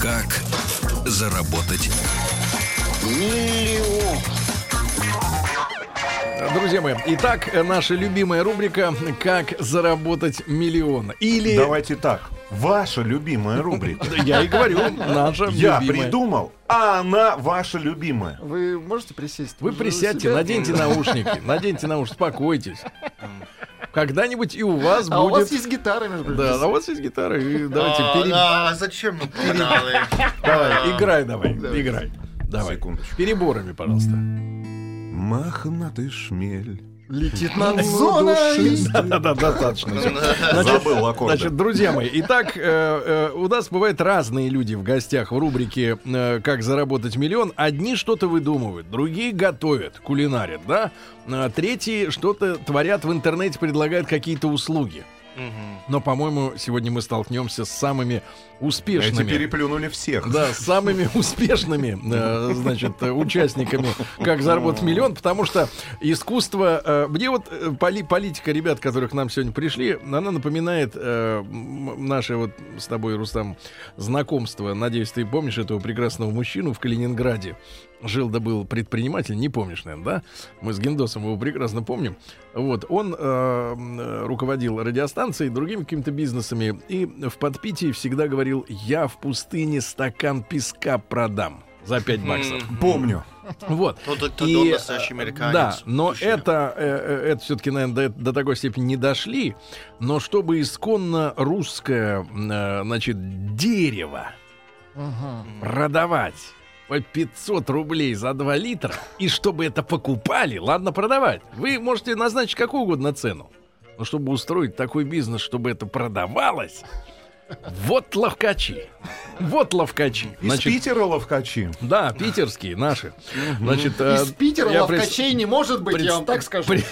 Как заработать Друзья мои, итак, наша любимая рубрика «Как заработать миллион» или... Давайте так. Ваша любимая рубрика. Я и говорю, наша Я любимая. придумал, а она ваша любимая. Вы можете присесть? Ну, Вы же присядьте, себя- наденьте наушники, наденьте наушники, успокойтесь. Когда-нибудь и у вас А у вас будет... есть гитара, между прочим. Да, а у вас есть гитара, и давайте пере- А, зачем мне каналы? Давай, играй давай, Давай. играй. Давай. Секундочку. Переборами, пожалуйста. Мохнатый шмель. Летит над зоной. Да-да, достаточно. всё. Забыл аккорды. Значит, друзья мои, итак, э, э, у нас бывают разные люди в гостях в рубрике э, «Как заработать миллион». Одни что-то выдумывают, другие готовят, кулинарят, да? А третьи что-то творят в интернете, предлагают какие-то услуги. Но, по-моему, сегодня мы столкнемся с самыми Эти успешными. переплюнули всех. Да, с самыми успешными, э, значит, э, участниками «Как заработать миллион», потому что искусство... э, Мне вот э, поли- политика ребят, которых нам сегодня пришли, она напоминает э, м- наше вот с тобой, Рустам, знакомство. Надеюсь, ты помнишь этого прекрасного мужчину в Калининграде. Жил да был предприниматель, не помнишь, наверное, да? Мы с Гендосом его прекрасно помним. Вот, он э, м, э, руководил радиостанцией, другими какими-то бизнесами, и в подпитии всегда говорил, я в пустыне стакан песка продам за 5 баксов. Помню. Вот. Ну, так ты И, был э, настоящий американец. Да, но Слушай, это, э, э, это все-таки, наверное, до, до такой степени не дошли. Но чтобы исконно русское, э, значит, дерево продавать по 500 рублей за 2 литра, и чтобы это покупали, ладно, продавать. Вы можете назначить какую угодно цену. Но чтобы устроить такой бизнес, чтобы это продавалось, вот ловкачи. Вот ловкачи. Из Питера ловкачи. Да, питерские наши. Значит, э, Из Питера я пред- ловкачей не может быть, я вам пред- так скажу. пред-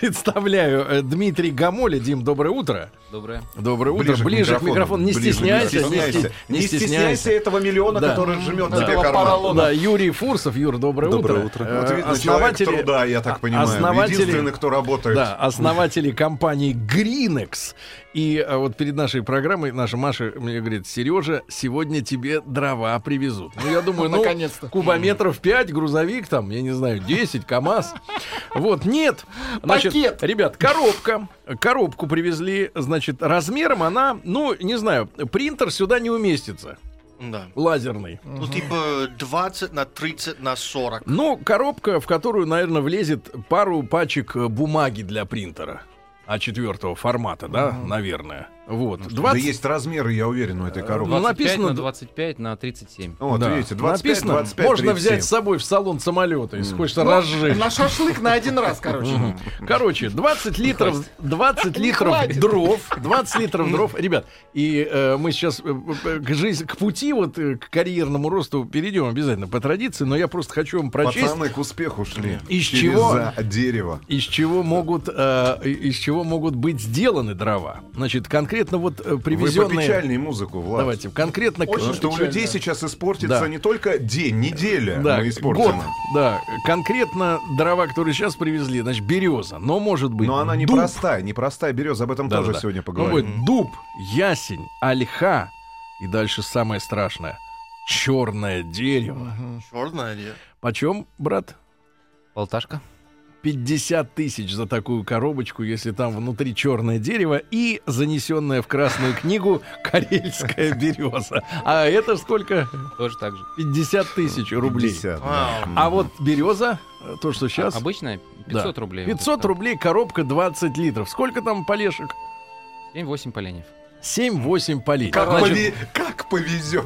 Представляю, э, Дмитрий Гамоля. Дим, доброе утро. Доброе. Доброе утро. Ближе к микрофону. Не Ближе, стесняйся. Не стесняйся. Не стесняйся. этого миллиона, Да. который жмет Да. тебе Этого карман. поролона. Да, Юрий Фурсов. Юр, доброе, Доброе утро. утро. Э, а Вот видно, человек труда, я так понимаю. основатели- Единственный, кто работает. Да, основатели компании Greenex. И а, вот перед нашей программой наша Маша мне говорит, Сережа, сегодня тебе дрова привезут. Ну, я думаю, ну, Наконец-то. кубометров 5, грузовик там, я не знаю, 10, КАМАЗ. Вот, нет. Пакет. ребят, коробка. Коробку привезли, значит, размером она, ну, не знаю, принтер сюда не уместится, Да. лазерный. Ну, типа 20 на 30 на 40. Ну, коробка, в которую, наверное, влезет пару пачек э, бумаги для принтера. А четвертого формата, да, наверное. Вот. Ну, Да 20... есть размеры, я уверен, у этой коробки. Ну, 25 написано- на 25 на 37. Ну, Вот, да. видите, 25, Написано, 25, можно 37. взять с собой в салон самолета, если хочется Ну, разжечь. Ну, На шашлык на один раз, короче. Короче, 20 литров, 20 литров хватит. дров, 20 литров дров, ребят. И э, мы сейчас э, э, к жизни, к пути вот э, к карьерному росту перейдем обязательно по традиции, но я просто хочу вам прочесть. Пацаны к успеху шли. Из Через чего? за дерево. из чего могут э, из чего могут быть сделаны дрова. Значит, конкретно вот э, Вы по привезенные. печальной музыку, Влад. Давайте, конкретно Потому что у печально. людей сейчас испортится Да. не только день, неделя. да, мы год, испортим. да, конкретно дрова, которые сейчас привезли, значит, береза, но может быть. Но она дуб. непростая, непростая береза, об этом Да, тоже да, да. сегодня Ну, поговорим. будет дуб, ясень, ольха и дальше самое страшное черное дерево. Черное ли? Почем, брат? Полташка. 50 тысяч за такую коробочку, если там внутри черное дерево и занесенная в красную книгу карельская береза. А это сколько? Тоже так же. 50 тысяч рублей. 50, да. Вау. А вот береза, э, то, что сейчас... А Обычная 500 рублей. 500 рублей коробка 20 литров. Сколько там полешек? 8 поленьев. 7-8 полей. Как, Значит, пове- как повезет.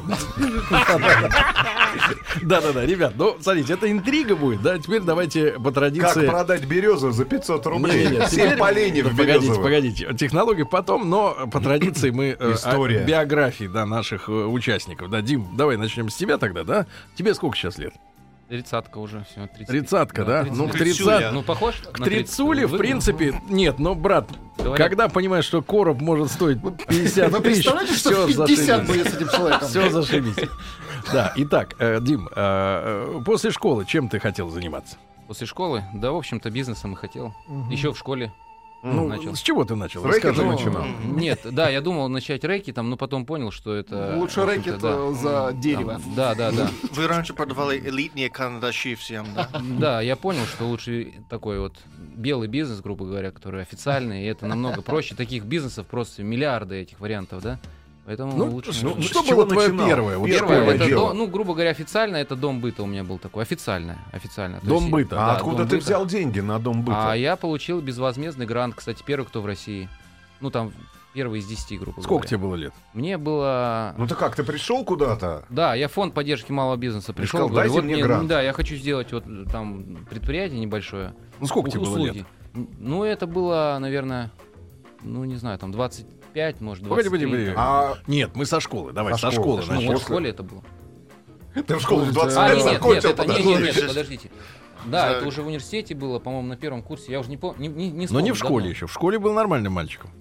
Да-да-да, ребят, ну, смотрите, это интрига будет, да? Теперь давайте по Как традиции... продать березу за 500 рублей? Не-не-не, Семь теперь- поленьев Да, Погодите, березовых. погодите. Технология потом, но по традиции мы э, История. о биографии да, наших э, участников. Да, Дим, давай начнем с тебя тогда, да? Тебе сколько сейчас лет? Тридцатка уже. Все, 30. Тридцатка, да? Ну, к Тридцуля. тридцать... Ну, похож К трицуле, в принципе, нет, но, брат, говорят. Когда понимаешь, что короб может стоить 50 Вы тысяч, представляете, что всё в 50 зашибись. были с этим человеком? Все зашибись. Да, итак, э, Дим, э, э, после школы чем ты хотел заниматься? После школы, да, в общем-то, бизнесом и хотел. Еще в школе. Ну, начал. с чего ты начал? С рэкета Расскажи. начинал? Нет, да, я думал начать рэки там, но потом понял, что это... в Лучше общем-то, рэкет да. э, за дерево. Там, Да, да, да. Вы раньше продавали элитные карандаши всем, да? Да, я понял, что лучше такой вот белый бизнес, грубо говоря, который официальный, и это намного проще. Таких бизнесов просто миллиарды этих вариантов, да? Поэтому Ну, лучше... ну, С что чего было твое начинал? первое? Вот Первое первое это дело. дом- ну, грубо говоря, официально это дом быта у меня был такой. Официально. официально. То Дом есть- быта. да, А откуда дом ты быта. взял деньги на дом быта? А я получил безвозмездный грант, кстати, первый, кто в России. Ну, там, первый из десяти, грубо Сколько говоря. тебе было лет? Мне было... Ну ты как, ты пришел куда-то? Да, я в фонд поддержки малого бизнеса сказал, пришел. говорю, «Дайте вот мне мне- грант». да, я хочу сделать вот там предприятие небольшое. Ну, сколько тебе было услуги. лет? М, Ну, это было, наверное, ну, не знаю, там 25, может, Погоди, 23. погоди, погоди. там. А Нет, мы со школы, давай, Со со школы школы, со Ну, начнем. вот в после? школе это было. ты в школу в Э, 20 А, лет нет, нет, закончил, нет, это, нет, нет, подожди. нет, подождите. Да, За- это уже в университете было, по-моему, на первом курсе. Я уже не помню, не, не, Но не вспомню в школе давно. еще. В школе был нормальным мальчиком.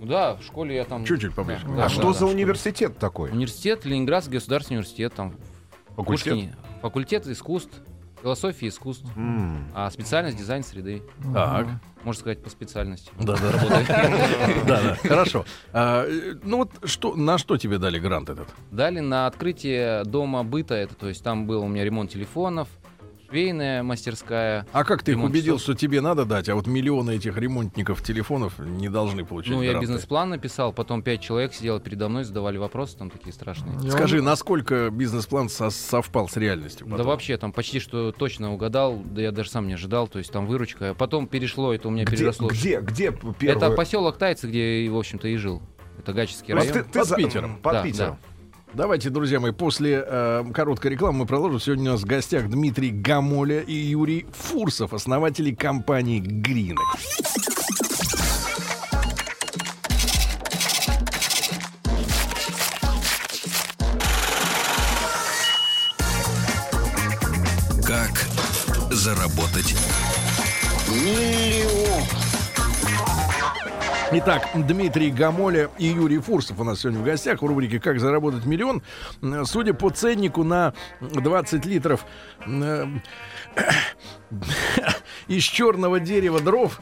Да, в школе я там... Чуть-чуть поближе. Да, А да, что да, за в школе. университет такой? Университет, Ленинградский государственный университет, там, Факультет? Пушкине. Факультет искусств, философии искусств, М. а специальность дизайн среды. Так. Можно сказать, по специальности. а Да, да, Да, да, хорошо. А, э, Ну вот что, на что тебе дали грант этот? Дали на открытие дома быта, это, то есть там был у меня ремонт телефонов, швейная мастерская. А как ты их Ремонт убедил, часов. что тебе надо дать, а вот миллионы этих ремонтников телефонов не должны получить ну, я гранты? бизнес-план написал, потом пять человек сидело передо мной, задавали вопросы там такие страшные. Скажи, насколько бизнес-план со- совпал с реальностью? Да потом? вообще там почти что точно угадал, да я даже сам не ожидал, то есть там выручка. Потом перешло, это у меня Где, переросло. где, где Это первое? поселок Тайцы, где, и, в общем-то, и жил. Это Гаческий Вот район. ты- ты Под за- Питером. Под Да, Питером. Давайте, друзья мои, после э, короткой рекламы мы продолжим. Сегодня у нас в гостях Дмитрий Гамоля и Юрий Фурсов, основатели компании «Гринок». Как заработать? Итак, Дмитрий Гамоля и Юрий Фурсов у нас сегодня в гостях в рубрике «Как заработать миллион». М, Судя по ценнику на 20 литров м, э, из черного дерева дров,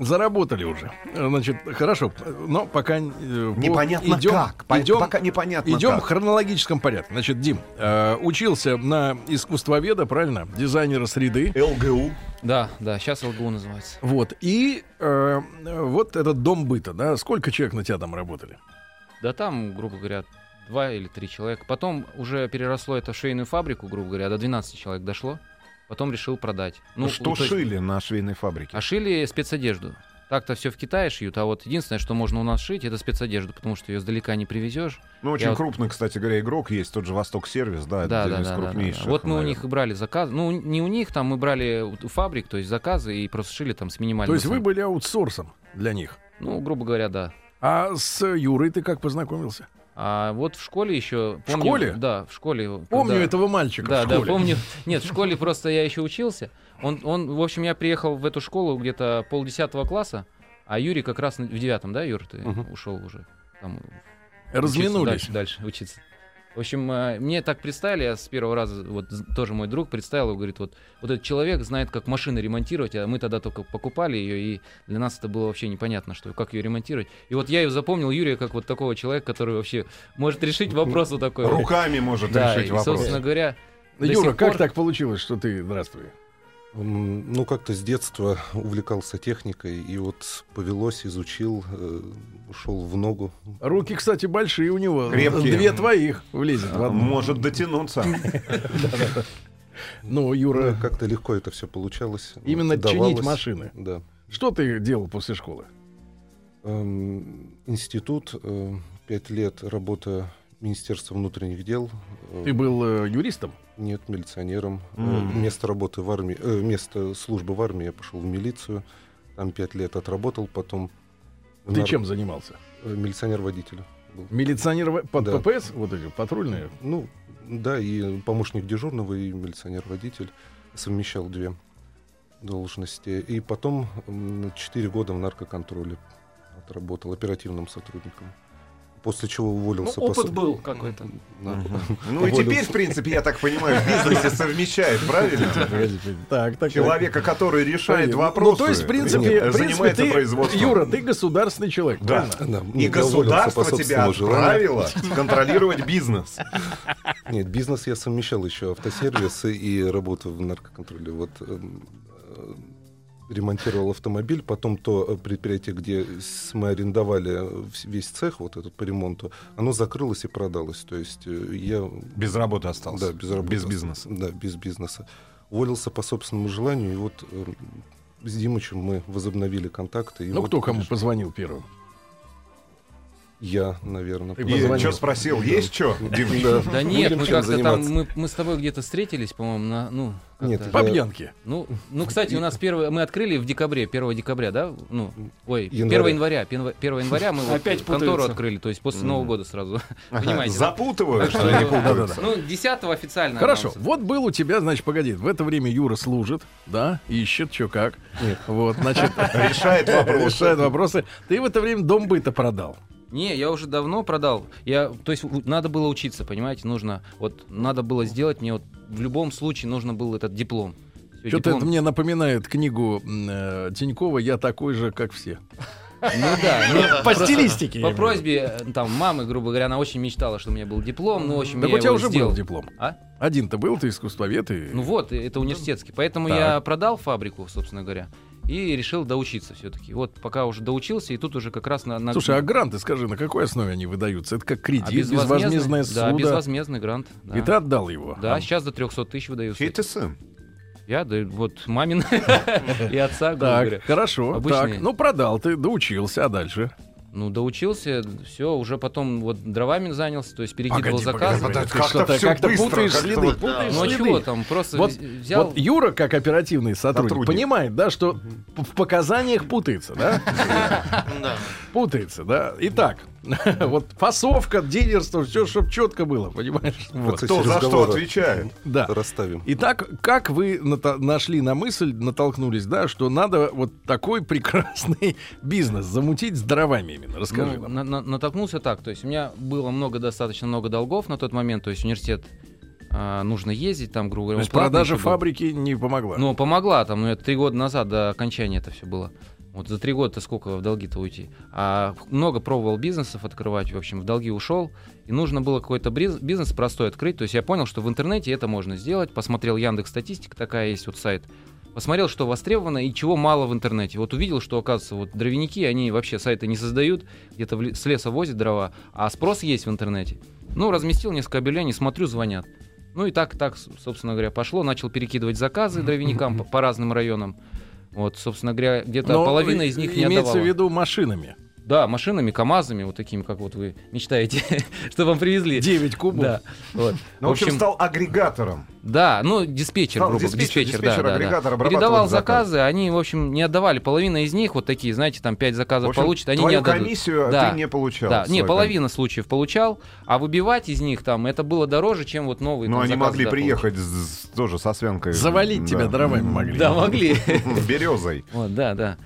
заработали уже. Значит, хорошо, но пока... э, Непонятно идем, как. По- Идем, пока непонятно Идем как. в хронологическом порядке. Значит, Дим, э, учился на искусствоведа, правильно? Дизайнера среды. Э. ЛГУ. Да, да, сейчас ЛГУ называется. Вот. И э, вот этот дом быта, да? Сколько человек на тебя там работали? Да там, грубо говоря, два или три человека. Потом уже переросло это в швейную фабрику, грубо говоря, до 12 человек дошло. Потом решил продать. Ну, что то есть- шили на швейной фабрике? А шили спецодежду. Так-то все в Китае шьют, а вот единственное, что можно у нас шить, это спецодежду, потому что ее сдалека не привезешь. Ну, очень я вот- крупный, кстати говоря, игрок есть, тот же Восток Сервис, да, это один из крупнейших. Вот мы у наверное. них и брали заказ. Ну, не у них, там мы брали у фабрик, то есть заказы, и просто шили там с минимальным. То есть вы цен- были аутсорсом для них. Ну, грубо говоря, да. А с Юрой ты как познакомился? А вот в школе еще... В школе? Да, в школе. Помню когда- этого мальчика Да, в да, школе. помню. Нет, в школе просто я еще учился. Он, он, в общем, я приехал в эту школу где-то полдесятого класса, а Юрий как раз на- в девятом, да, Юр, ты Мгм. ушел уже. Там учиться Разминулись. дальше, дальше учиться. В общем, э, мне так представили, я с первого раза, вот з- тоже мой друг представил, и говорит, вот, вот этот человек знает, как машины ремонтировать, а мы тогда только покупали ее, и для нас это было вообще непонятно, что, как ее ремонтировать. И вот я ее запомнил, Юрия, как вот такого человека, который вообще может решить вопрос вот э, такой. Руками может Да, решить и, вопрос. собственно говоря, до Юра, сих как пор- так получилось, что ты... Здравствуй. М, Ну, как-то с детства увлекался техникой, и вот повелось, изучил, э, шел в ногу. Руки, кстати, большие у него. Крепкие. Две твоих влезет в одну. Может дотянуться. Ну, Ну, Юра, и как-то легко это все получалось. Именно давалось. чинить машины. Да. что ты делал после школы? Эм, институт, эм, пять лет работа Министерства внутренних дел. э, Ты был э, юристом? Нет, милиционером. Э, М. Вместо работы в армии, э, вместо службы в армии я пошел в милицию. Там пять лет отработал, потом... в Ты нар- чем занимался? э, Милиционер-водитель. был. Милиционер в- под Да. ППС, вот эти патрульные. Ну, да, и помощник дежурного, и милиционер-водитель совмещал две должности. И потом м, четыре года в наркоконтроле отработал оперативным сотрудником. После чего уволился. Ну, опыт со- был какой-то. Да. Ну и Уволился. теперь, в принципе, я так понимаю, в бизнесе совмещает, правильно? Так, так. Человека, который решает Ну, вопросы, то есть, в принципе, в принципе занимается ты, производством. Юра, ты государственный человек. Да. правильно? Да, И нет, я уволился государство по тебя собственному желанию. отправило контролировать бизнес. Нет, бизнес я совмещал еще автосервисы и работу в наркоконтроле. Вот эм, э, ремонтировал автомобиль, потом то э, предприятие, где с- мы арендовали э, вс- весь цех вот этот по ремонту, оно закрылось и продалось. То есть э, я Без работы остался. да, без работы. Без бизнеса. Да, без бизнеса. Уволился по собственному желанию, и вот эм, с Димычем мы возобновили контакты. и Ну, вот, кто кому конечно, позвонил первым? Я, наверное. Ты И позвонил. что спросил? Есть что, Дим? Да нет, Будем мы чем как-то там, заниматься? мы, мы с тобой где-то встретились, по-моему, на, ну, как-то. Нет, По Я- пьянке. ну, ну, кстати, у нас первое, мы открыли в декабре, 1 декабря, да? Ну, ой, Января. 1 января, 1 января мы вот Опять контору путаются. открыли, то есть после Нового года сразу, понимаете? да? Запутываю, что Так они что, путаются. Ну, 10 официально. Хорошо, анонс. вот был у тебя, значит, погоди, в это время Юра служит, да, ищет, что как. Вот, значит, Решает вопрос. решает вопросы. Ты в это время дом быта продал. Не, я уже давно продал. Я, то есть у- надо было учиться, понимаете, нужно, вот надо было сделать мне вот в любом случае нужно был этот диплом. Всё, Что-то диплом- это мне напоминает книгу м, э, Тинькова «Я такой же, как все». Ну да, ну, По стилистике. По просьбе э, там мамы, грубо говоря, она очень мечтала, что у меня был диплом, ну, в общем, Так я у тебя его уже сделал. был диплом. А? Один-то был, ты искусствовед. и- Ну вот, э, это университетский. Поэтому я продал фабрику, собственно говоря, и решил доучиться все-таки. Вот пока уже доучился, и тут уже как раз на... на- Слушай, а гранты, скажи, на какой основе они выдаются? Это как а кредит, безвозмездное Да, суда. безвозмездный грант. Да. И ты отдал его. Да, сейчас до 300 тысяч выдаются. Чей ты сын? Я, да, вот мамин и отца, грубо говоря. Так, хорошо. Обычные. Так, ну продал ты, доучился, а дальше? Ну, доучился, все, уже потом вот дровами занялся, то есть перекидывал заказ. погоди. Ты как-то что-то всё как-то быстро, путаешь как-то следы, вот, да. путаешь Ну, а следы. чего там, просто Вот- вз- взял... Вот Юра, как оперативный сотрудник, Сотрудник. понимает, да, что п- в показаниях путается, да? Да. Ну, Путается, да. Итак, вот фасовка, дилерство, все, чтобы четко было, понимаешь? Вот, процессе Кто за что разговора отвечает? да. Расставим. Итак, как вы нато- нашли на мысль, натолкнулись, да, что надо вот такой прекрасный бизнес замутить с дровами именно? Расскажи Ну, нам. на- на- натолкнулся так. То есть у меня было много, достаточно много долгов на тот момент. То есть университет а, нужно ездить, там, грубо То говоря, есть он платный продажа еще был. фабрики не помогла. Ну, помогла там, но это три года назад до окончания это все было. Вот за три года-то сколько в долги-то уйти. А много пробовал бизнесов открывать, в общем, в долги ушел. И нужно было какой-то бриз- бизнес простой открыть. То есть я понял, что в интернете это можно сделать. Посмотрел Яндекс Статистика, такая есть вот сайт. Посмотрел, что востребовано и чего мало в интернете. Вот увидел, что, оказывается, вот дровяники, они вообще сайты не создают, где-то в ле- с леса возят дрова, а спрос есть в интернете. Ну, разместил несколько объявлений, смотрю, звонят. Ну и так, так, с- собственно говоря, пошло. Начал перекидывать заказы дровяникам по, по разным районам. Вот, собственно говоря, где-то Но половина из них не Имеется отдавала. в виду машинами. Да, машинами, КАМАЗами, вот такими, как вот вы мечтаете, что вам привезли. 9 кубов. Э, Да, вот. Ну, в общем, стал агрегатором. Да, ну, диспетчер, Стал грубо говоря, диспетчер, диспетчер, диспетчер, да, да, агрегатор да. обрабатывает Передавал заказы. заказы, они, в общем, не отдавали. Половина из них вот такие, знаете, там пять В заказов общем, получат, они не твою отдадут. комиссию Да. ты не получал. Да, не, свою половина случаев получал, а выбивать из них там, это было дороже, чем вот комиссию. новые. Ну, там они заказы, могли да, приехать с- с- тоже со свянкой. Завалить тебя дровами могли. получить. Да, могли. Березой. Вот, да, да.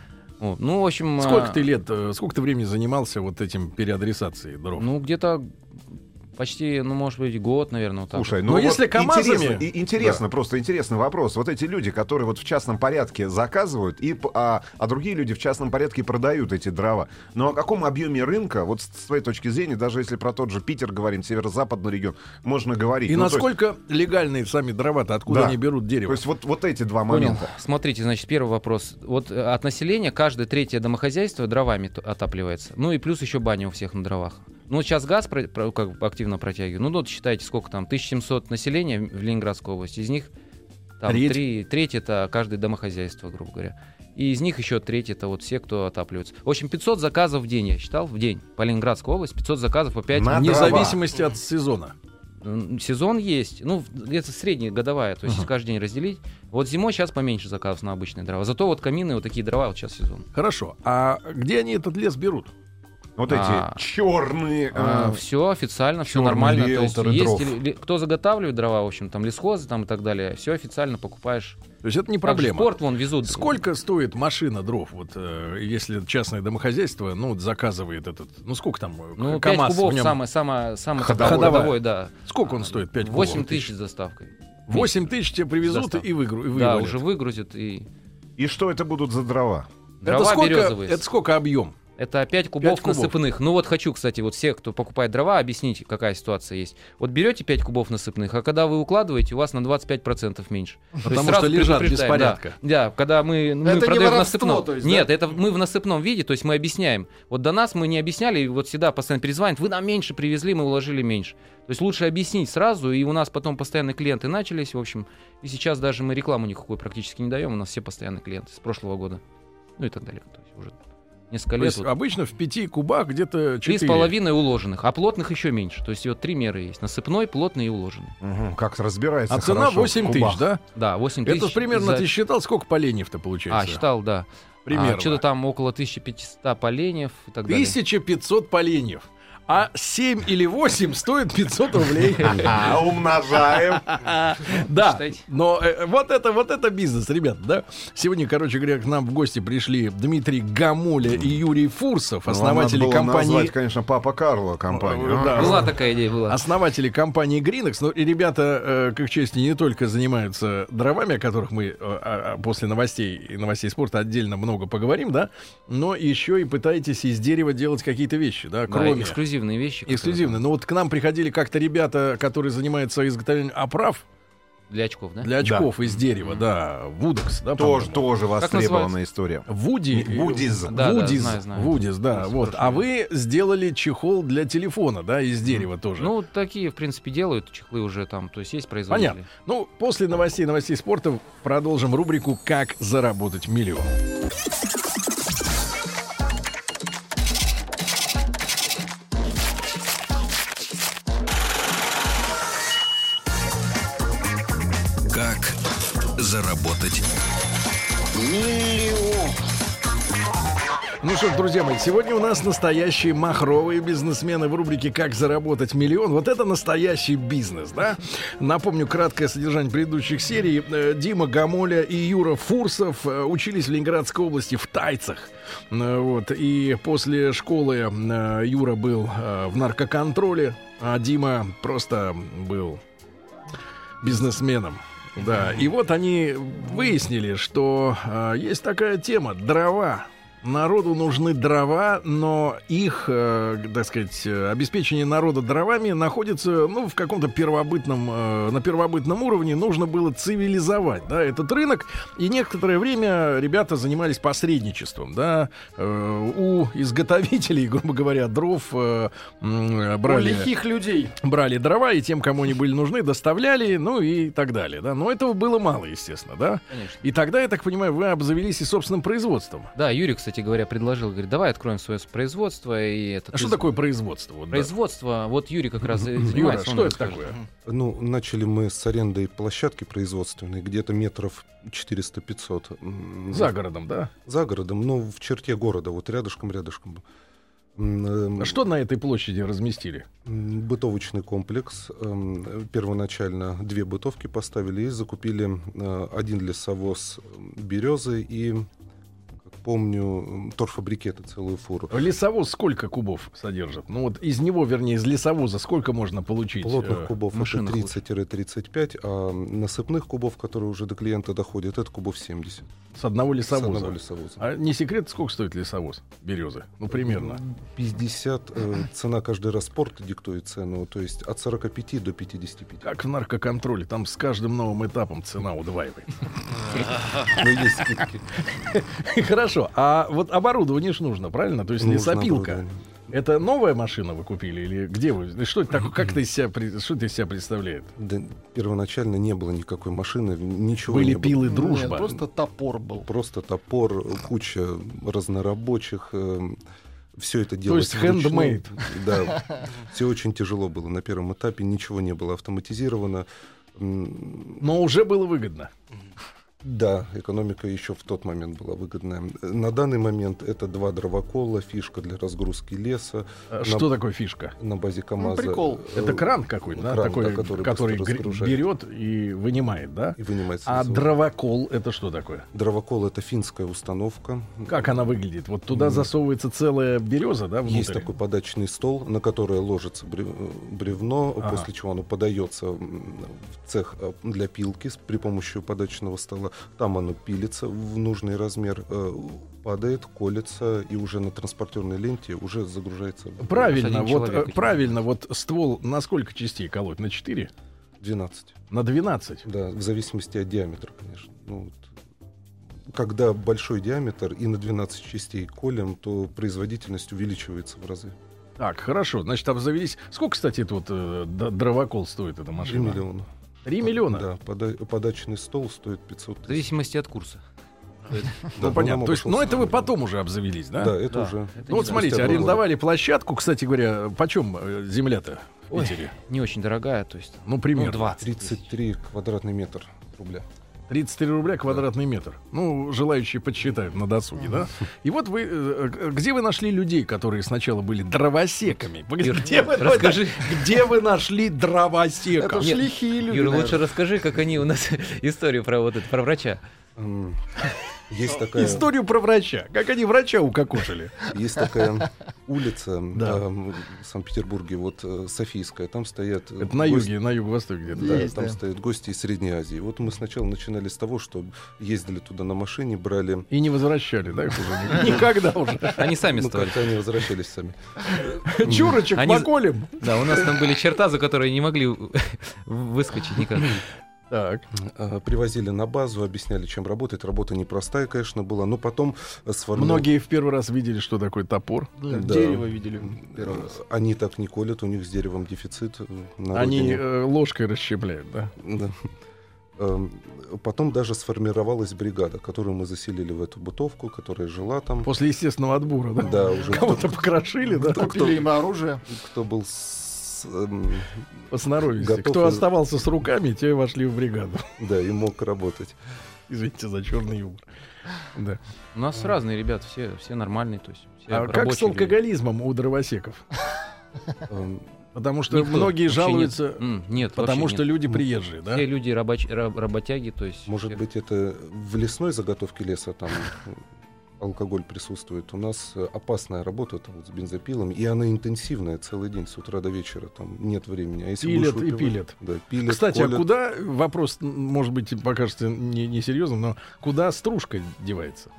Вот, Ну, в общем... а, Сколько ты лет, э, сколько ты времени занимался вот этим переадресацией дров? Ну, где-то почти, ну, может быть, год, наверное, вот так. вот. Слушай, Но ну вот если КамАЗами- интересно, и- интересно, просто интересный вопрос. Вот эти люди, которые вот в частном порядке заказывают, и, п- а, а другие люди в частном порядке продают эти дрова. Но о каком объеме рынка, вот с с твоей точки зрения, даже если про тот же Питер говорим, северо-западный регион, можно говорить? И Ну, то есть- насколько легальные сами дрова-то, откуда Да. они берут То есть, дерево? вот, вот эти два Понял. момента. Смотрите, значит, первый вопрос. Вот э, от населения каждое третье домохозяйство дровами т- отапливается. Ну и плюс еще баня у всех на дровах. Ну, вот сейчас газ про- про- как бы активно протягивает. Ну, вот считайте, сколько там, 1700 населения в в Ленинградской области. Из них там Треть. три, треть это каждое домохозяйство, грубо говоря. И из них еще треть это вот все, кто отапливается. В общем, 500 заказов в день, я считал, в день. По Ленинградской области 500 заказов опять На в Вне дрова. зависимости от сезона. М, Сезон есть, ну, в- это средняя годовая, то есть если каждый день разделить. Вот зимой сейчас поменьше заказов на обычные дрова. Зато вот камины, вот такие дрова, вот сейчас сезон. Хорошо. А где они этот лес берут? Вот эти А. черные... а, все официально, все чёрный нормально. То есть, риэлтор и есть дров. ли- ли- кто заготавливает дрова, в общем, там лесхозы там и так далее, все официально покупаешь. То есть это не Также проблема. спорт вон везут. Сколько стоит машина дров? Вот э, если частное домохозяйство, ну, вот заказывает этот, ну сколько там э, Ну, 5 КАМАЗ в кубов нем? самое, самое, самое Ходовой. ходовой, да. Сколько он стоит? 5 кубов? 8 тысяч с доставкой. 8 тысяч тебе привезут Доставка. и, выигру, и Да, вывалят. уже выгрузят и И что это будут за дрова? это, дрова сколько, березовые. это сколько объем? Это опять кубов, кубов. насыпных. Ну вот хочу, кстати, вот всех, кто покупает дрова, объяснить, какая ситуация есть. Вот берете 5 кубов насыпных, а когда вы укладываете, у вас на 25% меньше. То есть Потому что сразу лежат без предупреждаем, порядка. Да, Да, когда мы, мы Это не продаем в воровство, насыпном. то есть, Нет, да? это мы в насыпном виде, то есть мы объясняем. Вот до нас мы не объясняли, и вот всегда постоянно перезванивают, вы нам меньше привезли, мы уложили меньше. То есть лучше объяснить сразу, и у нас потом постоянные клиенты начались, в общем. И сейчас даже мы рекламу никакой практически не даем, у нас все постоянные клиенты с прошлого года. Ну и так далее. То есть уже несколько То лет. есть вот. обычно в 5 кубах где-то Три с 4. половиной уложенных, а плотных еще меньше. То есть вот три меры есть. Насыпной, плотный и уложенный. Мгм, Как разбирается А цена хорошо в 8 кубах. тысяч, да? Да, 8 тысяч. Это ж примерно за- ты считал, сколько поленьев-то получается? А, считал, да. Примерно. что-то там около 1500 поленьев и так далее. 1500 поленьев. А 7 или 8 стоит 500 рублей. А, умножаем. Да, Считайте. но э, вот это вот это бизнес, ребят, да. Сегодня, короче говоря, к нам в гости пришли Дмитрий Гамоля и Юрий Фурсов, Ну, вам основатели надо было компании Э, назвать, конечно, папа Карло компанию. а? Да. Была такая идея, А была. Основатели компании Greenex, ну и ребята, э, к их чести, не только занимаются дровами, о которых мы э, а- а после новостей и новостей спорта отдельно много поговорим, да, но еще и пытаетесь из дерева делать какие-то вещи, да, Да, кроме эксклюзивные вещи. которые эксклюзивные. Но вот к нам приходили как-то ребята, которые занимаются изготовлением оправ там Для очков, да? для очков из дерева, да, Вудекс, да, Тоже, по-моему. тоже востребованная называется? история. Вуди, э, Вудиз. Да, да, Вудис, знаю, знаю. Вудис, да, Ну, вот. А вы сделали чехол для телефона, да, из дерева тоже. Ну, такие, в принципе, делают чехлы уже там. То есть есть производители. Понятно. Ну, после новостей, новостей спорта продолжим рубрику «Как заработать миллион». Как заработать? Ну что ж, друзья мои, сегодня у нас настоящие махровые бизнесмены в рубрике «Как заработать миллион». Вот это настоящий бизнес, да? Напомню, краткое содержание предыдущих серий. Э, Дима Гамоля и Юра Фурсов э, учились в Ленинградской области в Тайцах. Э, Вот. И после школы э, Юра был э, в наркоконтроле, а Дима просто был бизнесменом. Да, и вот они выяснили, что э, есть такая тема дрова. Народу нужны дрова, но их, э, так сказать, э, обеспечение народа дровами находится, ну, в каком-то первобытном, э, на первобытном уровне нужно было цивилизовать, да, этот рынок. И некоторое время ребята занимались посредничеством, да, э, у изготовителей, грубо говоря, дров э, м, У брали лихих людей. брали дрова и тем, кому они были нужны, доставляли, ну и так далее, да. Но этого было мало, естественно, да. Конечно. И тогда, я так понимаю, вы обзавелись и собственным производством. Да, Юрий, кстати говоря, предложил, говорит, давай откроем свое производство. И это, А что ты- такое производство? Вот, да. Производство, вот Юрий как раз и занимается. Юра, он что это расскажет. такое? Ну, начали мы с аренды площадки производственной, где-то метров 400-500. м, За городом, да? За городом, ну, в черте города, вот рядышком-рядышком. М, эм, А Что на этой площади разместили? М, Бытовочный комплекс. Эм, Первоначально две бытовки поставили и закупили э, один лесовоз березы и, как помню, м, торфобрикеты, целую фуру. Лесовоз сколько кубов содержит? Ну вот из него, вернее, из лесовоза сколько можно получить? Плотных э, кубов это машинах 30-35, а насыпных кубов, которые уже до клиента доходят, это кубов 70. С одного С одного лесовоза. лесовоза. А не секрет, сколько стоит лесовоз березы? Ну, примерно. 50, э, цена каждый раз порта диктует цену, то есть от 45 до 55. Как в наркоконтроле, там с каждым новым этапом цена удваивает. Ну, Но есть скидки. Хорошо, а вот оборудование ж нужно, правильно? То есть Нужно лесопилка. оборудование. Это новая машина вы купили или где вы? Что это такое? Как это из себя, пред- что это из себя представляет? Да, первоначально не было никакой машины, ничего Были не было. пилы Нет, дружба. Просто топор был. Просто топор, куча разнорабочих. все это дело. есть handmade. Да. Все очень тяжело было на первом этапе, ничего не было автоматизировано. М, Но уже было выгодно. Да, экономика еще в тот момент была выгодная. На данный момент это два дровокола, фишка для разгрузки леса Э, Что такое фишка? на базе КАМАЗа. прикол. э, Это кран какой-то, да, кран, такой, да, который, который быстро гр- разгружает. берет и вынимает, да? И вынимается. А лесом. дровокол это что такое? Дровокол это финская установка. Как она выглядит? Вот туда засовывается целая береза, да, внутрь? Ну. Есть такой подачный стол, на который ложится брев- бревно, Ага. после чего оно подается м, в цех э, для пилки с- при помощи подачного стола. Там оно пилится в нужный размер, э, падает, колется и уже на транспортерной ленте уже загружается Правильно, Один вот, человек. э, правильно, вот ствол на сколько частей колоть? На 4? 12. На 12? Да, в зависимости от диаметра, конечно. Ну, вот, когда большой диаметр и на 12 частей колем, то производительность увеличивается в разы. Так, хорошо, значит, обзавелись... Сколько, кстати, тут э, д- дровокол стоит эта 3 машина? миллиона. 3 миллиона? Ну, Да, пода- подачный стол стоит 500 В тысяч. зависимости от курса. Ну, Да, понятно. по-моему, То есть, обошелся но это вы примерно. потом уже обзавелись, да? Да, это Да. уже. Это Ну вот не смотрите, знаю. арендовали площадку, кстати говоря, почем э, земля-то в Ой. Питере? Не очень дорогая, то есть. Ну, Ну, примерно. 20. тысяч. 33 квадратный метр рубля. 33 рубля квадратный метр. Ну, желающие подсчитают на досуге, да? И вот вы... э, э, Где вы нашли людей, которые сначала были дровосеками? Вы- Ир, Где вы, расскажи. где вы нашли дровосека? Это Нет, шлихи и люди. Юра, наверное. лучше расскажи, как они у нас историю про вот это, про врача. М, Есть такая, Историю про врача. Как они врача укокошили. есть такая улица Да. эм, в Санкт-Петербурге, вот э, Софийская, там стоят... э, Это на гости- юге, на юго-востоке где-то. Да, Есть, там да. стоят гости из Средней Азии. Вот мы сначала начинали с того, что ездили туда на машине, брали... И не возвращали, да, их уже? Никогда уже. Они сами Ну, стоили. как-то они возвращались сами. Чурочек Они- поколем. Да, у нас там были черта, за которые не могли в- выскочить никак. Так. Э, Привозили на базу, объясняли, чем работать. Работа непростая, конечно, была, но потом э, сформировали... Многие в первый раз видели, что такое топор. Да, Да. Дерево видели. Э, Они так не колят, у них с деревом дефицит. э, на Они родине. э, ложкой расщепляют, да? Да. Эм, Потом даже сформировалась бригада, которую мы заселили в эту бытовку, которая жила там. После естественного отбора, да? Да, уже кто, Кого-то покрошили, да? Купили им оружие. кто был с, эм, Поздоровились. Готов Кто и- оставался с руками, те вошли в бригаду. да, и мог работать. Извините за черный юмор. Да. У нас разные ребята, все, все нормальные, то есть. все А как рабочие с люди. алкоголизмом у дровосеков? Эм, Потому что Никто. многие Вообще нет. жалуются, М, Нет, потому вообще что нет. люди приезжие, да? Все люди рабоч- раб- работяги, то есть. Может всех- быть, это в лесной заготовке леса там э, алкоголь присутствует. У нас э, опасная работа там, вот с бензопилами, и она интенсивная целый день с утра до вечера. Там нет времени. А если Пилят будешь и выпивать- пилят. Да, пилят, Кстати, а колят. куда, вопрос, м, может быть, покажется не- несерьезным, но куда стружка девается?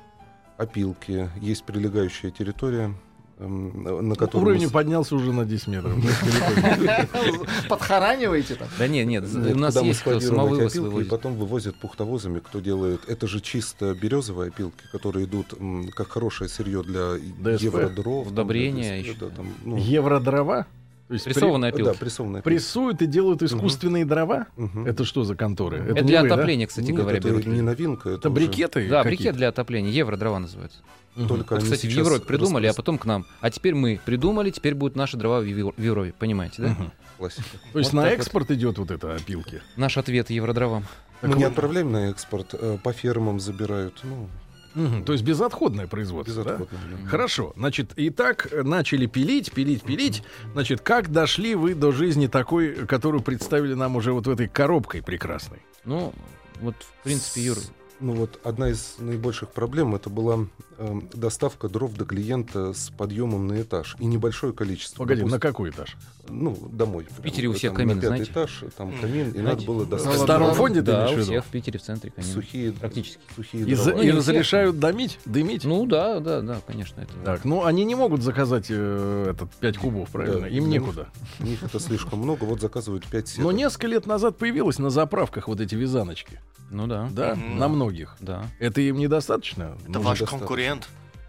опилки, а есть прилегающая территория, эм, на на которой мы Уровень с- поднялся уже на 10 метров. Подхараниваете там. Да нет, нет, Нет, у нас э, куда мы есть кто складируем эти самовывоз опилки, и вывозит. потом вывозят пухтовозами, кто делает. Это же чисто березовые опилки, которые идут м, как хорошее сырье для ДСП. евродров. там, для Удобрения ДСП, еще. да, там, ну, Евродрова? То есть при- Прессованная Да, опилка. прессованные опилки. Прессуют и делают искусственные дрова? Мгм. Это что за конторы? Это не для вы, да? отопления, кстати Нет, говоря, это берут. не новинка. Это, Это уже брикеты? Да, какие-то? брикет для отопления, евро дрова называется. Только Вот, они кстати, в сейчас Европе придумали, а распространяются. потом к нам. А теперь мы придумали, теперь будут наши дрова в Евро- в Европе, понимаете, да? То есть Вот на так экспорт идет вот это опилки. Наш ответ евродровам. Мы не отправляем на экспорт, э, по фермам забирают. Ну, Мгм. То есть безотходное производство. да? безотходно, да. Хорошо. Значит, и так э, начали пилить, пилить, пилить. Значит, как дошли вы до жизни такой, которую представили нам уже вот в этой коробкой прекрасной? Ну, вот, в принципе, Юр, Ну вот одна из наибольших проблем это была эм, доставка дров до клиента с подъемом на этаж и небольшое количество. Погоди, на Допустим, какой этаж? ну домой. В Питере у всех там, камины, на пятый знаете? этаж, э, там камин, и надо Знаете, было В достать ладно, старом ладно. фонде ты да, имеешь в у виду? всех в Питере, в центре, конечно. сухие, Практически. сухие И, за- дрова. и не все. разрешают дымить? Дымить? Ну да, да, да, конечно, это. Так, ну они не могут заказать э, этот 5 кубов, правильно? Да, Им ну, некуда. У них это слишком много, вот заказывают 5 сеток. Но несколько лет назад появилось на заправках вот эти вязаночки. Ну да. Да, Мгм. на многих. Да. Это им недостаточно? Это Ну, ваш достаточно. конкурент.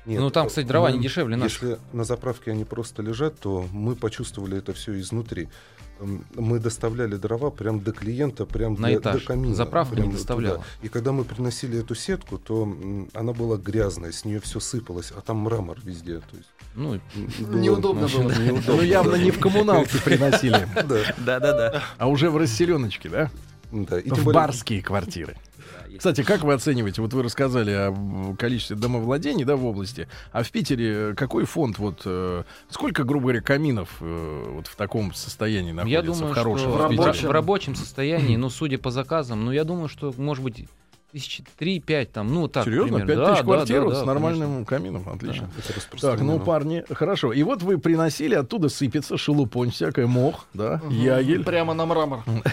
Нет, ну там, э, кстати, дрова не ну, дешевле наших. Если на заправке они просто лежат, то мы почувствовали это все изнутри. Эм, Мы доставляли дрова прям до клиента, прям На для- этаж. до камина. Заправка не прям доставляла. туда. И когда мы приносили эту сетку, то м, она была грязная, с нее все сыпалось, а там мрамор везде. То есть, Ну, м, было Неудобно вообще, было. неудобно. Ну, явно не в коммуналке приносили, Да. да, да, да. а уже в расселеночке, да? Да, и тем в более- барские квартиры. Кстати, как вы оцениваете, вот вы рассказали о количестве домовладений да, в области, а в Питере какой фонд, вот э, сколько, грубо говоря, каминов э, вот в таком состоянии находится, Я думаю, в хорошем что в в Питере? рабочем, в рабочем состоянии, ну, судя по заказам, ну, я думаю, что, может быть, тысячи три-пять там, ну, так, Серьезно, примерно. 5 Да, тысяч да, квартир да, вот да, с конечно. нормальным камином, отлично. Это Так, ну, распространено. парни, хорошо. И вот вы приносили, оттуда сыпется шелупонь всякая, мох, да, ягель. Прямо на мрамор. Да.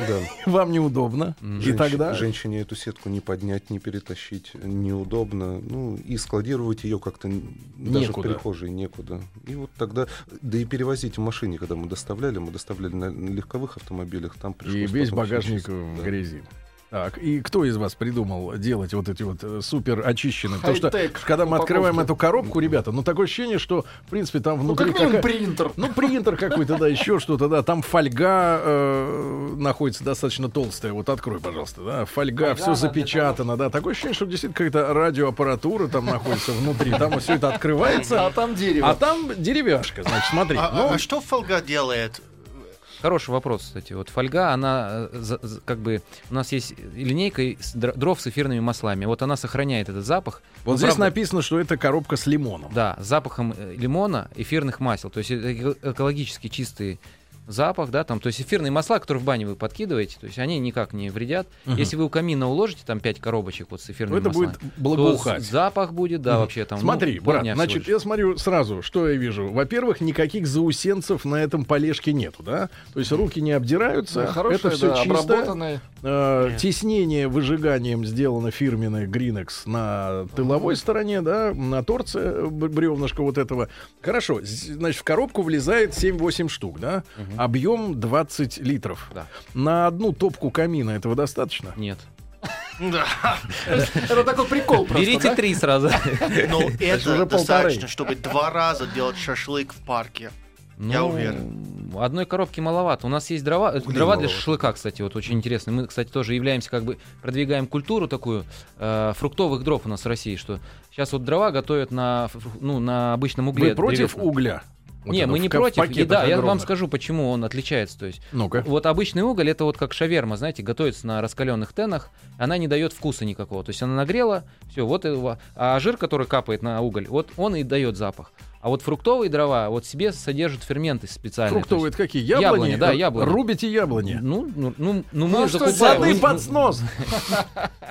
Вам неудобно. И Женщ- тогда... Женщине эту сетку не поднять, не перетащить неудобно. Ну, и складировать ее как-то н- даже Некуда. в прихожей некуда. И вот тогда... Да и перевозить в машине, когда мы доставляли. Мы доставляли на, на легковых автомобилях. Там И пришлось весь потом всё багажник чистить, в да. грязи. Так, и кто из вас придумал делать вот эти вот э, супер очищенные? Потому что, Хай-тек когда мы открываем упаковки. эту коробку, ребята, ну такое ощущение, что, в принципе, там Ну, внутри как минимум какая- принтер. Ну, принтер какой-то, да, еще что-то, да. Там фольга э, находится достаточно толстая. Вот открой, пожалуйста, да. Фольга, все запечатано, да. Такое ощущение, что действительно какая-то радиоаппаратура там находится внутри. Там все это А открывается, там а дерево. там деревяшка, значит, смотри. А, Ну, а что фольга делает? Хороший вопрос, кстати. Вот фольга, она э, за- за- как бы... У нас есть линейка из др- дров с эфирными маслами. Вот она сохраняет этот запах. вот Ну, здесь правда, написано, что это коробка с лимоном. Да, с запахом э, лимона, эфирных масел. То есть это эко- экологически чистый запах, да, там, то есть эфирные масла, которые в бане вы подкидываете, то есть они никак не вредят. Мгм. Если вы у камина уложите там 5 коробочек вот с эфирными Это маслами, будет то благоухать. з- запах будет, да, Мгм. вообще там. ну, Смотри, брат, полдня всего значит, лишь. я смотрю сразу, что я вижу. Во-первых, никаких заусенцев на этом полежке нету, да? То есть руки не обдираются, это Хорошее, все да, чисто. обработанное. Э, Теснение выжиганием сделано фирменное Гринекс на тыловой стороне, да, на торце э, б- бревнышко вот этого. Хорошо, з- значит, в коробку влезает 7-8 штук, да? Объем 20 литров. Да. На одну топку камина этого достаточно? Нет. Да. Это такой прикол просто, Берите да? три сразу. Но Ну, это уже достаточно, полторы. чтобы два раза делать шашлык в парке. Ну, Я уверен. Одной коробки маловато. У нас есть дрова, э, дрова для шашлыка, кстати, вот очень интересно. Мы, кстати, тоже являемся, как бы продвигаем культуру такую э, фруктовых дров у нас в России, что сейчас вот дрова готовят на, фру- ну, на обычном угле. Вы против древесном. угля? Вот не, это мы в не ка- в против. И пакетах да, я вам огромных. скажу, почему он отличается. То есть, Ну-ка. вот обычный уголь это вот как шаверма, знаете, готовится на раскаленных тенах, она не дает вкуса никакого. То есть она нагрела, все, вот его. А жир, который капает на уголь, вот он и дает запах. А вот фруктовые дрова вот себе содержат ферменты специальные. Фруктовые То это какие? Яблони? Яблони, да, Р- яблони. Рубите яблони. есть, ну, ну, ну, ну, Ну, а мы что делать? закупаем. Сады Ну, под снос.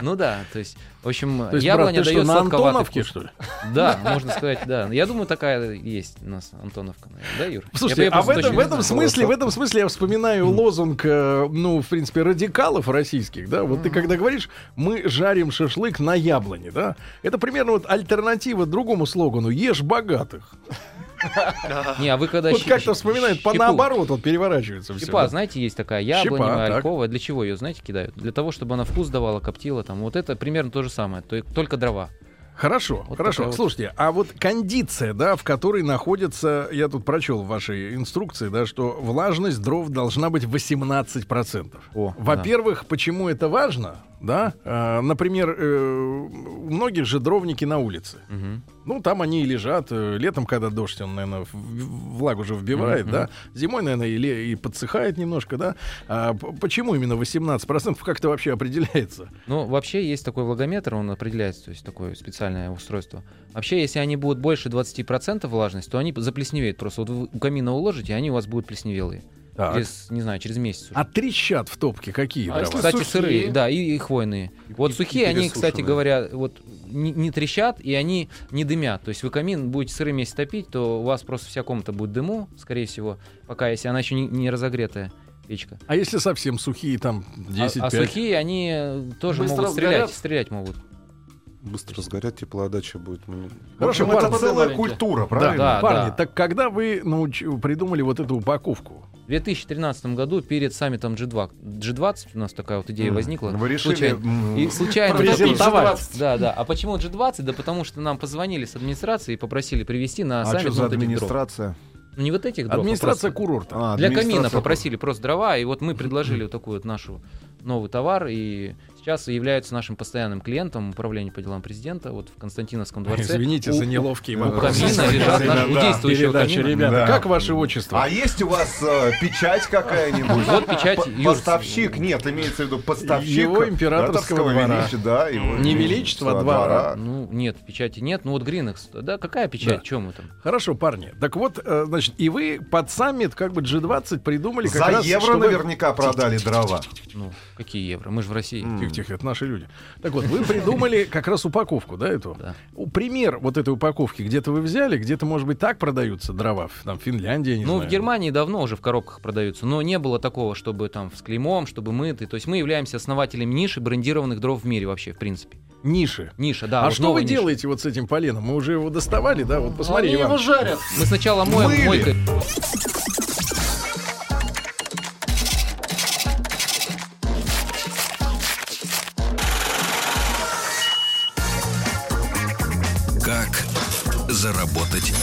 Ну да, то есть, в общем, То есть, брат, яблоня ты что, дает на сладковатый Антоновке, вкус. что ли? Да, можно сказать, да. Я думаю, такая есть у нас Антоновка, наверное. да, Юр? Я- Слушайте, я а в просто этом, точно в не этом знаю. смысле, в этом смысле я вспоминаю лозунг, э, ну, в принципе, радикалов российских, да, вот ты когда говоришь, мы жарим шашлык на яблоне, да, это примерно вот альтернатива другому слогану «Ешь богатых». Не, а вы когда Вот щи- как-то вспоминают, по щепу- наоборот, вот переворачивается все. Щепа, знаете, есть такая Щепа, яблоневая, так. ольховая. Для чего ее, знаете, кидают? Для того, чтобы она вкус давала, коптила там. Вот это примерно то же самое, то- только дрова. Хорошо, Вот хорошо. такая вот. Слушайте, а вот кондиция, да, в которой находится, я тут прочел в вашей инструкции, да, что влажность дров должна быть 18%. О, Во-первых, почему это важно, да? А, например, э, у многих же дровники на улице. Мгм. Ну, там они и лежат. э, Летом, когда дождь, он, наверное, влагу же вбивает, да? Зимой, наверное, и, ле- и подсыхает немножко, да? А п- почему именно 18%? Как это вообще определяется? Ну, вообще есть такой влагометр, он определяется, то есть такое специальное устройство. Вообще, если они будут больше 20% влажность, то они заплесневеют просто. Вот вы у камина уложите, и они у вас будут плесневелые. Так. Через, не знаю, через месяц уже. А трещат в топке какие А дрова? если Кстати, сухие? сырые, да, и, и хвойные. вот и- и сухие, они, кстати пересушенные. говоря, вот не, не трещат и они не дымят. То есть вы камин будете сырым если топить, то у вас просто вся комната будет дыму, скорее всего, пока если она еще не, не разогретая печка. А если совсем сухие, там А- 10-5? а, сухие, они э, тоже Быстро могут стрелять, сгорят. стрелять могут. Быстро сгорят, теплоотдача будет. Ну, В общем, Парни, это парни целая маленькие. культура, Да, правильно? Да, парни, да. так когда вы науч- придумали вот эту упаковку? В 2013 году перед саммитом G2, G20 у нас такая вот идея возникла. ну Вы решили, случайно. м, И случайно Протопить Да, Презентовать. G20. Да, да. А почему G20? Да потому что нам позвонили с администрации и попросили привезти на А саммит что за вот этих дров. администрация? Ну, не вот этих дров, а Администрация просто курорта. А, Для администрация камина попросили просто дрова, и вот мы предложили вот такую вот нашу новый товар, и сейчас и являются нашим постоянным клиентом Управления по делам президента вот в Константиновском дворце. Извините У- за неловкие у вопросы. камина лежат Да, наши- у да. действующего Передача, камина. ребята, Да. как ваше отчество? А есть у вас э, печать какая-нибудь? Ну Вот печать По- Юрц. Поставщик, нет, имеется в виду поставщик. Его императорского двора. величия, да, его Не величество, а двора. Ну, нет, печати нет. Ну, вот Гринекс, да, какая печать, Да. чем мы там? Хорошо, парни. Так вот, э, значит, и вы под саммит как бы G20 придумали как За раз, евро чтобы- наверняка продали дрова. Ну, какие евро? Мы же в России. Тихо-тихо, это наши люди. Так вот, вы придумали как раз упаковку, да, эту? Да. У- Пример вот этой упаковки где-то вы взяли, где-то, может быть, так продаются дрова, в- там, в Финляндии, я не Ну, знаю. в Германии давно уже в коробках продаются, но не было такого, чтобы там с клеймом, чтобы мыты. То есть мы являемся основателем ниши брендированных дров в мире вообще, в принципе. Ниши. Ниша, да. а вот что новая вы ниша. делаете вот с этим поленом? Мы уже его доставали, да? Вот посмотри, Ну, Они Иван. его жарят. Мы сначала моем Мыли. мойкой. Как заработать?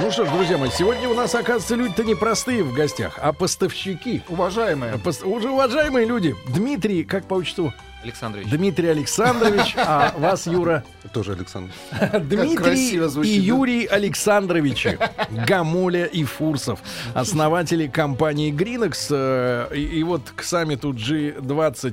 Ну что ж, друзья мои, сегодня у нас, оказывается, люди-то не простые в гостях, а поставщики. Уважаемые. Пос- Уже уважаемые люди. Дмитрий, как по отчеству? Александрович. Дмитрий Александрович, а вас, Юра, Тоже Александр. Дмитрий красиво звучит, и да? Юрий Александровичи Гамуля и Фурсов, основатели компании Greenex. Э, И, и вот к саммиту Ну, G20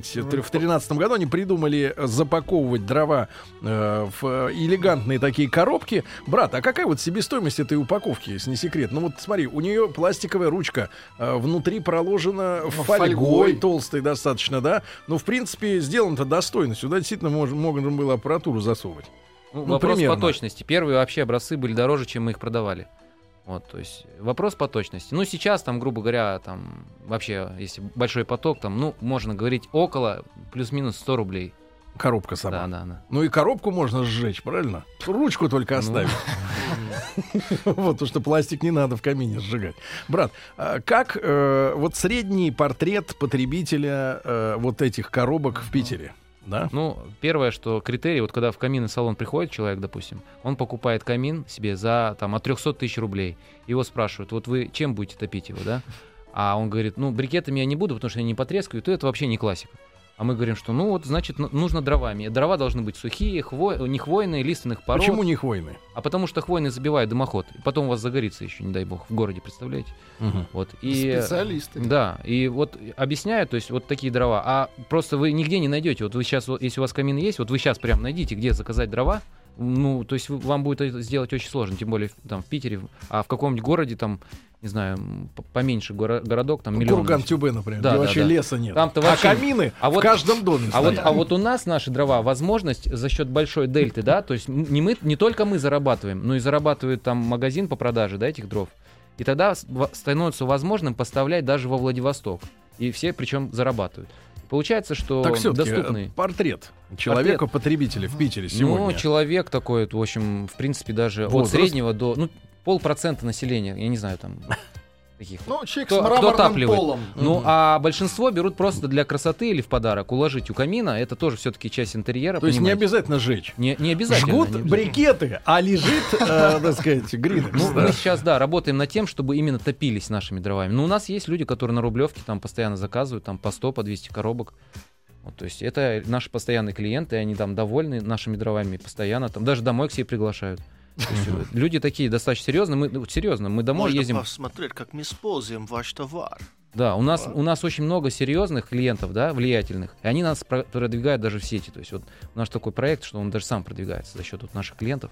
тр- в 2013 году они придумали э, запаковывать дрова э, в э, элегантные такие коробки. Брат, а какая вот себестоимость этой упаковки, если не секрет? Ну вот смотри, у нее пластиковая ручка, э, внутри проложена фольгой, Ну, фольгой. толстой достаточно, да? Но в принципе сделано-то достойно. Сюда действительно мож- можно было аппаратуру засовывать. Ну, Ну, вопрос примерно. по точности. Первые вообще образцы были дороже, чем мы их продавали. Вот, то есть вопрос по точности. Ну, сейчас там, грубо говоря, там вообще, если большой поток, там, ну, можно говорить около плюс-минус 100 рублей. Коробка сама. Да, да, да. Ну и коробку можно сжечь, правильно? Ручку Ну. только оставить. Вот, потому что пластик не надо в камине сжигать. Брат, а как э, вот средний портрет потребителя э, вот этих коробок в Питере? Да? Ну, первое, что критерий, вот когда в каминный салон приходит человек, допустим, он покупает камин себе за там от 300 тысяч рублей. Его спрашивают, вот вы чем будете топить его, да? А он говорит, ну, брикетами я не буду, потому что они не потрескают, и это вообще не классика. А мы говорим, что ну вот, значит, ну- нужно дровами. Дрова должны быть сухие, хво- не хвойные, лиственных пород. Почему не хвойный? А потому что хвойные забивают дымоход. И потом у вас загорится еще, не дай бог, в городе, представляете? Вот. И, э, Специалисты. да, и вот объясняю, то есть вот такие дрова. А просто вы нигде не найдете. Вот вы сейчас, если у вас камин есть, вот вы сейчас прям найдите, где заказать дрова. Ну, то есть вы- вам будет это сделать очень сложно, тем более в- там в Питере, а в каком-нибудь городе там, не знаю, м, п- поменьше горо- городок, там миллион. Ну, Курган Тюбе, например, Да, где да, вообще да. леса нет. Там-то А вообще- камины А в вот- каждом доме А вот, стоят. а вот у нас наши дрова возможность за счет большой дельты, да, то есть н- не мы, не только мы зарабатываем, но и зарабатывает там магазин по продаже, да, этих дров. И тогда с- во- становится возможным поставлять даже во Владивосток. И все причем зарабатывают. Получается, что Ну, Так все доступные. портрет человека-потребителя в Питере Ну, сегодня. человек такой, в общем, в принципе, даже Возраст? от среднего до, ну, полпроцента населения, я не знаю, там, таких. Ну, человек Кто- с кто мраморным отапливает? полом. Ну, а большинство берут просто для красоты или в подарок. Уложить у камина, это тоже все-таки часть интерьера. То есть не понимаете? обязательно сжечь. Не, не обязательно. Жгут не обязательно. брикеты, а лежит, э, так сказать, грин. Ну, мы сейчас, да, работаем над тем, чтобы именно топились нашими дровами. Но у нас есть люди, которые на Рублевке там постоянно заказывают, там по 100, по 200 коробок. Вот, то есть это наши постоянные клиенты, и они там довольны нашими дровами постоянно, там даже домой к себе приглашают. То есть, э, люди такие достаточно серьезные, мы ну, серьезно, мы домой Можно ездим. посмотреть, как мы используем ваш товар. Да, у нас у нас очень много серьезных клиентов, да, влиятельных, и они нас про- продвигают даже в сети. То есть вот у нас такой проект, что он даже сам продвигается за счет вот наших клиентов.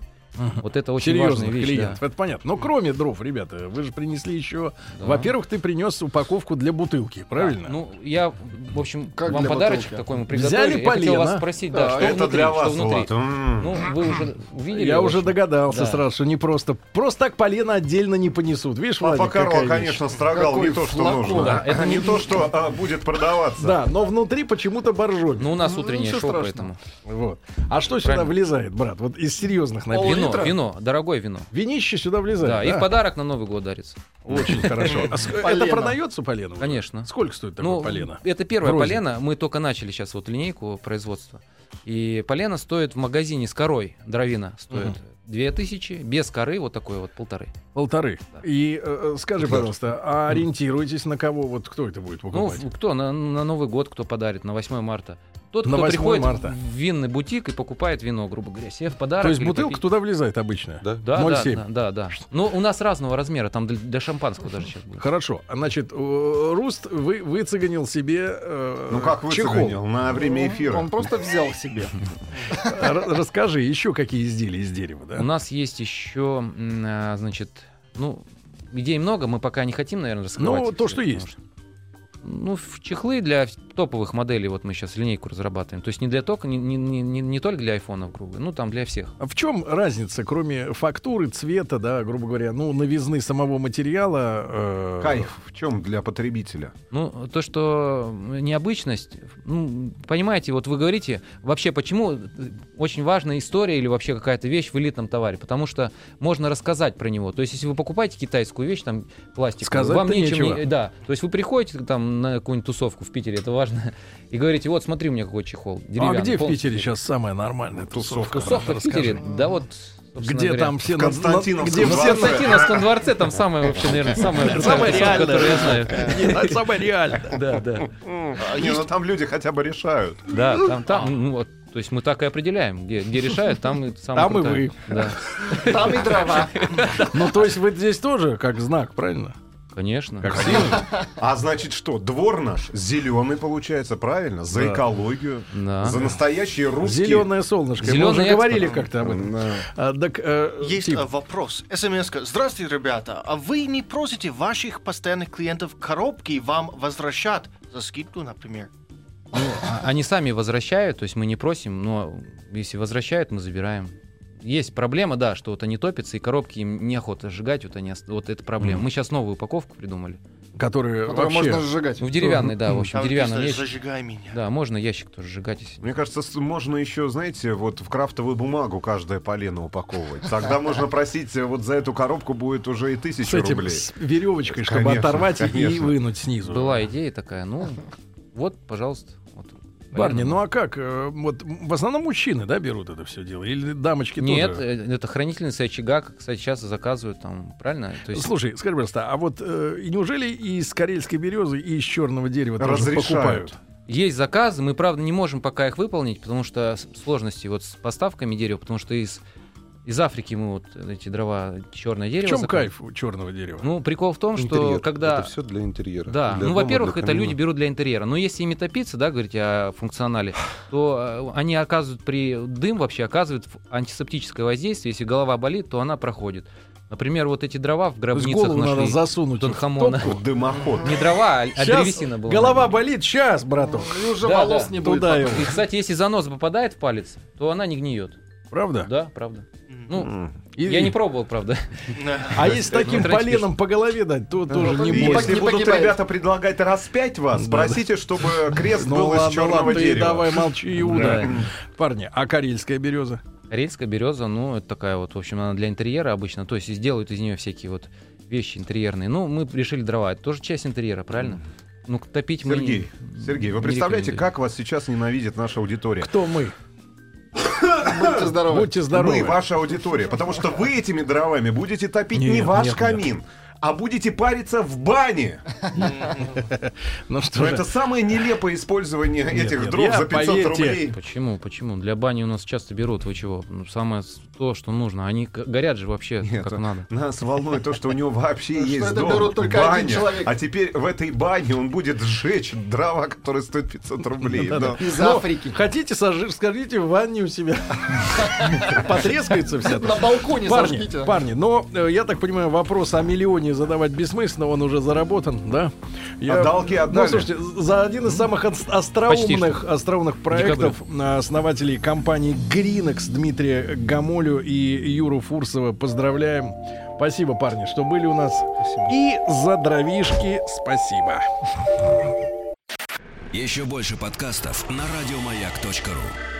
Вот это очень важная серьезных вещь. клиентов. да. Это понятно. Но кроме дров, ребята, вы же принесли еще. Да. Во-первых, ты принес упаковку для бутылки, правильно? Ну, я, в общем, Как вам для подарочек бутылки? такой мы Взяли приготовили. я хотел полено. вас спросить, да, что А Это внутри, для что вас, внутри. Влад. М. Ну, вы уже увидели. Я в уже общем. догадался Да. сразу, что не просто. Просто так полено отдельно не понесут. Видишь, Папа Владик, какая Карло, вещь? Ну, А конечно, строгал Какой не то, что флакон. нужно. Да, это не не- то, что а, будет продаваться. Да, но внутри почему-то боржоми. Ну, у нас Ну, утреннее ничего шоу, страшного. поэтому. Вот. А что сюда Правильно. влезает, брат? Вот из серьезных напитков. Вино, литра? вино, дорогое вино. Винище сюда влезает. Да, и в да? подарок на Новый год дарится. Очень хорошо. А ск- Это Полено. продается полено? уже? Конечно. Сколько стоит такое Ну, полено? это первое Вроде. полено. Мы только начали сейчас вот линейку производства. И полено стоит в магазине с корой, дровина стоит. Две тысячи, без коры вот такой вот полторы. Полторы. И э, скажи, пожалуйста, а ориентируйтесь на кого? Вот кто это будет Ну, покупать? ф- кто? На, на Новый год кто подарит, на 8 марта. Тот, На кто 8 приходит марта. в винный бутик и покупает вино, грубо говоря, себе в подарок. То есть или бутылка попить. туда влезает обычно? Да. Да, да, 0,7. да, да, да. Ну, у нас разного размера, там для, для шампанского даже сейчас будет. Хорошо. А, Значит, э, Руст вы, выцеганил себе э, Ну как чехол. выцеганил на время эфира. Он просто взял себе. Р- Расскажи, еще какие изделия из дерева, У да? нас есть еще, м, а, значит, ну, идей много, мы пока не хотим, наверное, раскрывать. Ну, их то, все, что потому есть. Ну, в чехлы для топовых моделей, вот мы сейчас линейку разрабатываем. То есть не для только, не, не, не- не- не только для айфонов, грубо, ну там для всех. А в чем разница, кроме фактуры, цвета, да, грубо говоря, ну, новизны самого материала? э, Кайф в чем для потребителя? Ну, то, что необычность, ну, понимаете, вот вы говорите, вообще почему э, очень важна история или вообще какая-то вещь в элитном товаре, потому что можно рассказать про него. То есть, если вы покупаете китайскую вещь, там, пластик, Сказать-то вам нечем... нечего. не- да, то есть вы приходите там на какую-нибудь тусовку в Питере, это важно, и говорите, вот смотри, у меня какой чехол А деревянный, где в полностью Питере сейчас самая нормальная тусовка? Тусовка в Питере, да вот... собственно Где говоря. Ну, там все... В на- на- Константиновском Где В все... на- Константиновском дворце там самая вообще, наверное, самая Самая крутая тусовка, реальная. которую я знаю. Нет, Самая реальная. Да, да. А, Не, ну там люди хотя бы решают. Да, там, там, ну вот. То есть мы так и определяем, где, где решают, там и самое Там и крутое. вы. Да, Там и дрова. Ну, то есть вы здесь тоже как знак, правильно? конечно. Как символ? А значит что, двор наш зеленый получается, правильно? За экологию, А? Да. за настоящие русские... Зеленое солнышко. Мы Зелёный уже экспорт. говорили как-то об этом. Да. а, А, так, э, Есть Тим, э, вопрос. СМС. -ка. Здравствуйте, ребята. А вы не просите ваших постоянных клиентов коробки вам возвращать за скидку, например? Ну, а- они сами возвращают, то есть мы не просим, но если возвращают, мы забираем. Есть проблема, да, что вот они топятся, и коробки им неохота сжигать, вот, они, ост- вот это проблема. Мы сейчас новую упаковку придумали. которые Которую вообще... можно сжигать. Ну, в деревянной, да, в общем, Там деревянный написано, ящик. Зажигай меня. Да, можно ящик тоже сжигать, если Мне кажется, с- можно еще, знаете, вот в крафтовую бумагу каждое полено упаковывать. Тогда можно просить, э, вот за эту коробку будет уже и С тысячу этим, рублей. с веревочкой, чтобы Конечно, оторвать и- и конечно. вынуть снизу. Была идея такая, ну, вот, пожалуйста. Вот, Парни, Поэтому- ну а как? э, Вот м, в основном мужчины, да, берут это все дело? Или дамочки Нет, тоже? э, это хранительницы очага, как, кстати, сейчас заказывают там, правильно? То есть, Слушай, скажи, пожалуйста, а вот э, и неужели и из карельской березы, и из черного дерева тоже Разрешают. покупают? есть заказы, мы, правда, не можем пока их выполнить, потому что с- сложности вот с поставками дерева, потому что из, из Африки мы вот эти дрова черное В дерево. чем заказываем. кайф у черного дерева? Ну, прикол в том, что Интерьер. когда... Это все для интерьера. Да, Для ну, дома, во-первых, для это люди камина. берут для интерьера. Но если ими топиться, да, говорите о функционале, то э, они оказывают при... Дым вообще оказывает ф- антисептическое воздействие. Если голова болит, то она проходит. Например, вот эти дрова в То есть гробницах голову нашли. надо засунуть в Тутанхамона. топку. Дымоход. Не дрова, а, а Щас древесина была. голова болит, сейчас, браток. Ну, И уже Да, волос да. не будет. Туда его. И, кстати, если занос попадает в палец, то она не гниет. Правда? Да, правда. Ну, И- я не пробовал, правда. А если таким Ну, тратишь. поленом по голове дать, то тоже не Ну, И погиб- больно. Если не будут погибает. ребята предлагать распять вас, Да, да. просите, чтобы крест Ну был из ладно, черного ладно, ты дерева. давай молчи, Иуда. Да. Парни, а карельская береза? Рельская береза, ну, это такая вот, в общем, она для интерьера обычно. То есть и сделают из нее всякие вот вещи интерьерные. Ну, мы решили дрова. Это тоже часть интерьера, правильно? Ну, топить мы... не- Сергей, Сергей, вы не представляете, рекомендуем. как вас сейчас ненавидит наша аудитория? Кто мы? Будьте здоровы. Будьте здоровы. Ну, Мы ваша аудитория, потому что вы этими дровами будете топить не, Нет, ваш нет, камин, а будете париться в бане. Ну Но что же. это самое нелепое использование Нет, этих нет, дров я, за 500 поверьте, рублей. Почему, почему? Для бани у нас часто берут, вы чего? Ну, самое с- то, что нужно. Они г- горят же вообще, Нет, как а- надо. Нас волнует то, что у него вообще Что есть это дом, берут только один баня, человек. а теперь в этой бане он будет сжечь дрова, которые стоят 500 рублей. Да. Из Ну, Африки. Хотите, сожжи- скажите в ванне у себя. Потрескается вся. На балконе Парни, сожгите. парни, но э, я так понимаю, вопрос о миллионе задавать бессмысленно, он уже заработан, да? Я- А долги отдали? Ну, слушайте, за один из самых ос- остроумных, остроумных проектов э, основателей компании Greenex Дмитрия Гамолю и Юру Фурсова поздравляем. Спасибо, парни, что были у нас. И за дровишки спасибо. Еще больше подкастов на радиомаяк.ру.